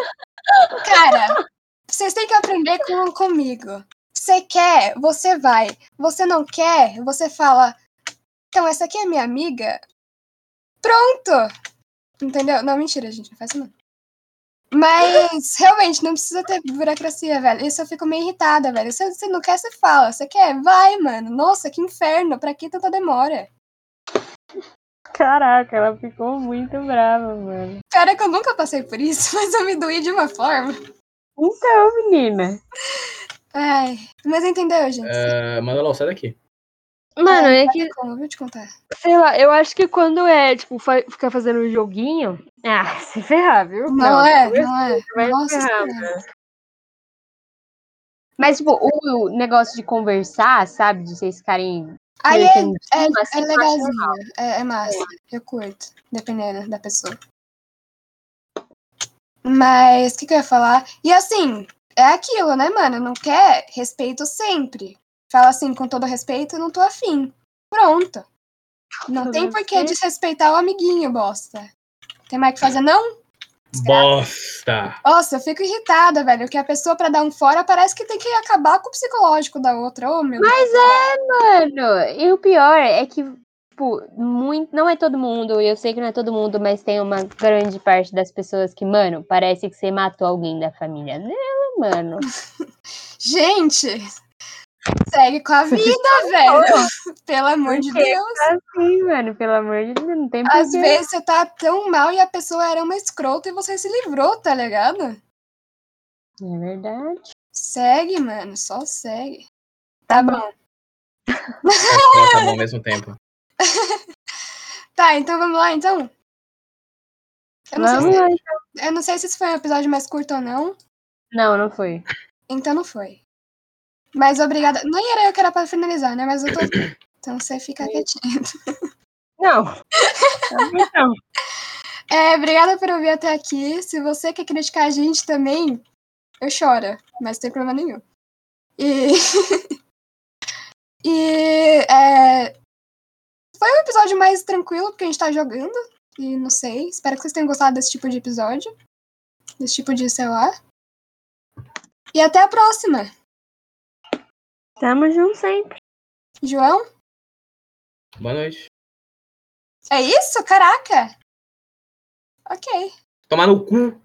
Cara, vocês têm que aprender com, comigo. Você quer, você vai. Você não quer, você fala. Então, essa aqui é minha amiga? Pronto! Entendeu? Não, mentira, gente, não faz isso não. Mas, realmente, não precisa ter burocracia, velho. Isso eu fico meio irritada, velho. Se você não quer, você fala. Você quer? Vai, mano. Nossa, que inferno. Pra que tanta demora?
Caraca, ela ficou muito brava, mano.
Cara, é que eu nunca passei por isso, mas eu me doí de uma forma.
Então, menina.
Ai, mas entendeu, gente?
É.
Ah, manda lá, sai daqui.
Mano, é que,
Sabe Como? Eu vou te contar.
sei lá, eu acho que quando é, tipo, fa- ficar fazendo um joguinho. Ah, se ferrar, viu?
Não, é,
conversa
não é.
vai
Nossa
ferrar,
senhora.
Mas, tipo, o negócio de conversar, sabe? De vocês ficarem.
Aí
meio
é,
que em
é,
cima, assim,
é
eu acho normal.
legalzinho. É, é massa. Eu curto, dependendo da pessoa. Mas o que, que eu ia falar? E assim, é aquilo, né, mano? Não quer? Respeito sempre. Fala assim, com todo respeito, não tô afim. Pronto. Não
Todo
tem por que
respeito.
desrespeitar o amiguinho, bosta. Tem mais o que fazer, não?
Bosta!
Nossa, eu fico irritada, velho, que a pessoa, pra dar um fora, parece que tem que acabar com o psicológico da outra. Ô, meu Deus.
é, Mano, e o pior é que, tipo, muito, não é todo mundo, e eu sei que não é todo mundo, mas tem uma grande parte das pessoas que, mano, parece que você matou alguém da família dela, mano.
Gente, Segue com a vida, velho. Pelo amor de
Por quê?
Deus.
Assim, mano, pelo amor de Deus, não tem
Às
porquê.
vezes você tá tão mal e a pessoa era uma escrota e você se livrou, tá ligado?
É verdade.
Segue, mano, só segue. Tá bom.
Tá bom ao mesmo tempo.
Tá, então vamos lá, então. Eu não, sei
Vamos
se,
lá. então.
eu não sei se esse foi um episódio mais curto ou não,
Não, não foi.
então não foi. Mas obrigada. Não era eu que era pra finalizar, né? Mas eu tô. Então você fica quietinho.
Não. Também não.
É, obrigada por ouvir até aqui. Se você quer criticar a gente também, eu choro, mas não tem problema nenhum. E. e. é, Foi um episódio mais tranquilo, porque a gente tá jogando. E não sei. Espero que vocês tenham gostado desse tipo de episódio. Desse tipo de celular. E até a próxima.
Tamo junto sempre.
João?
Boa noite.
É isso? Caraca! Ok.
Tomar no cu.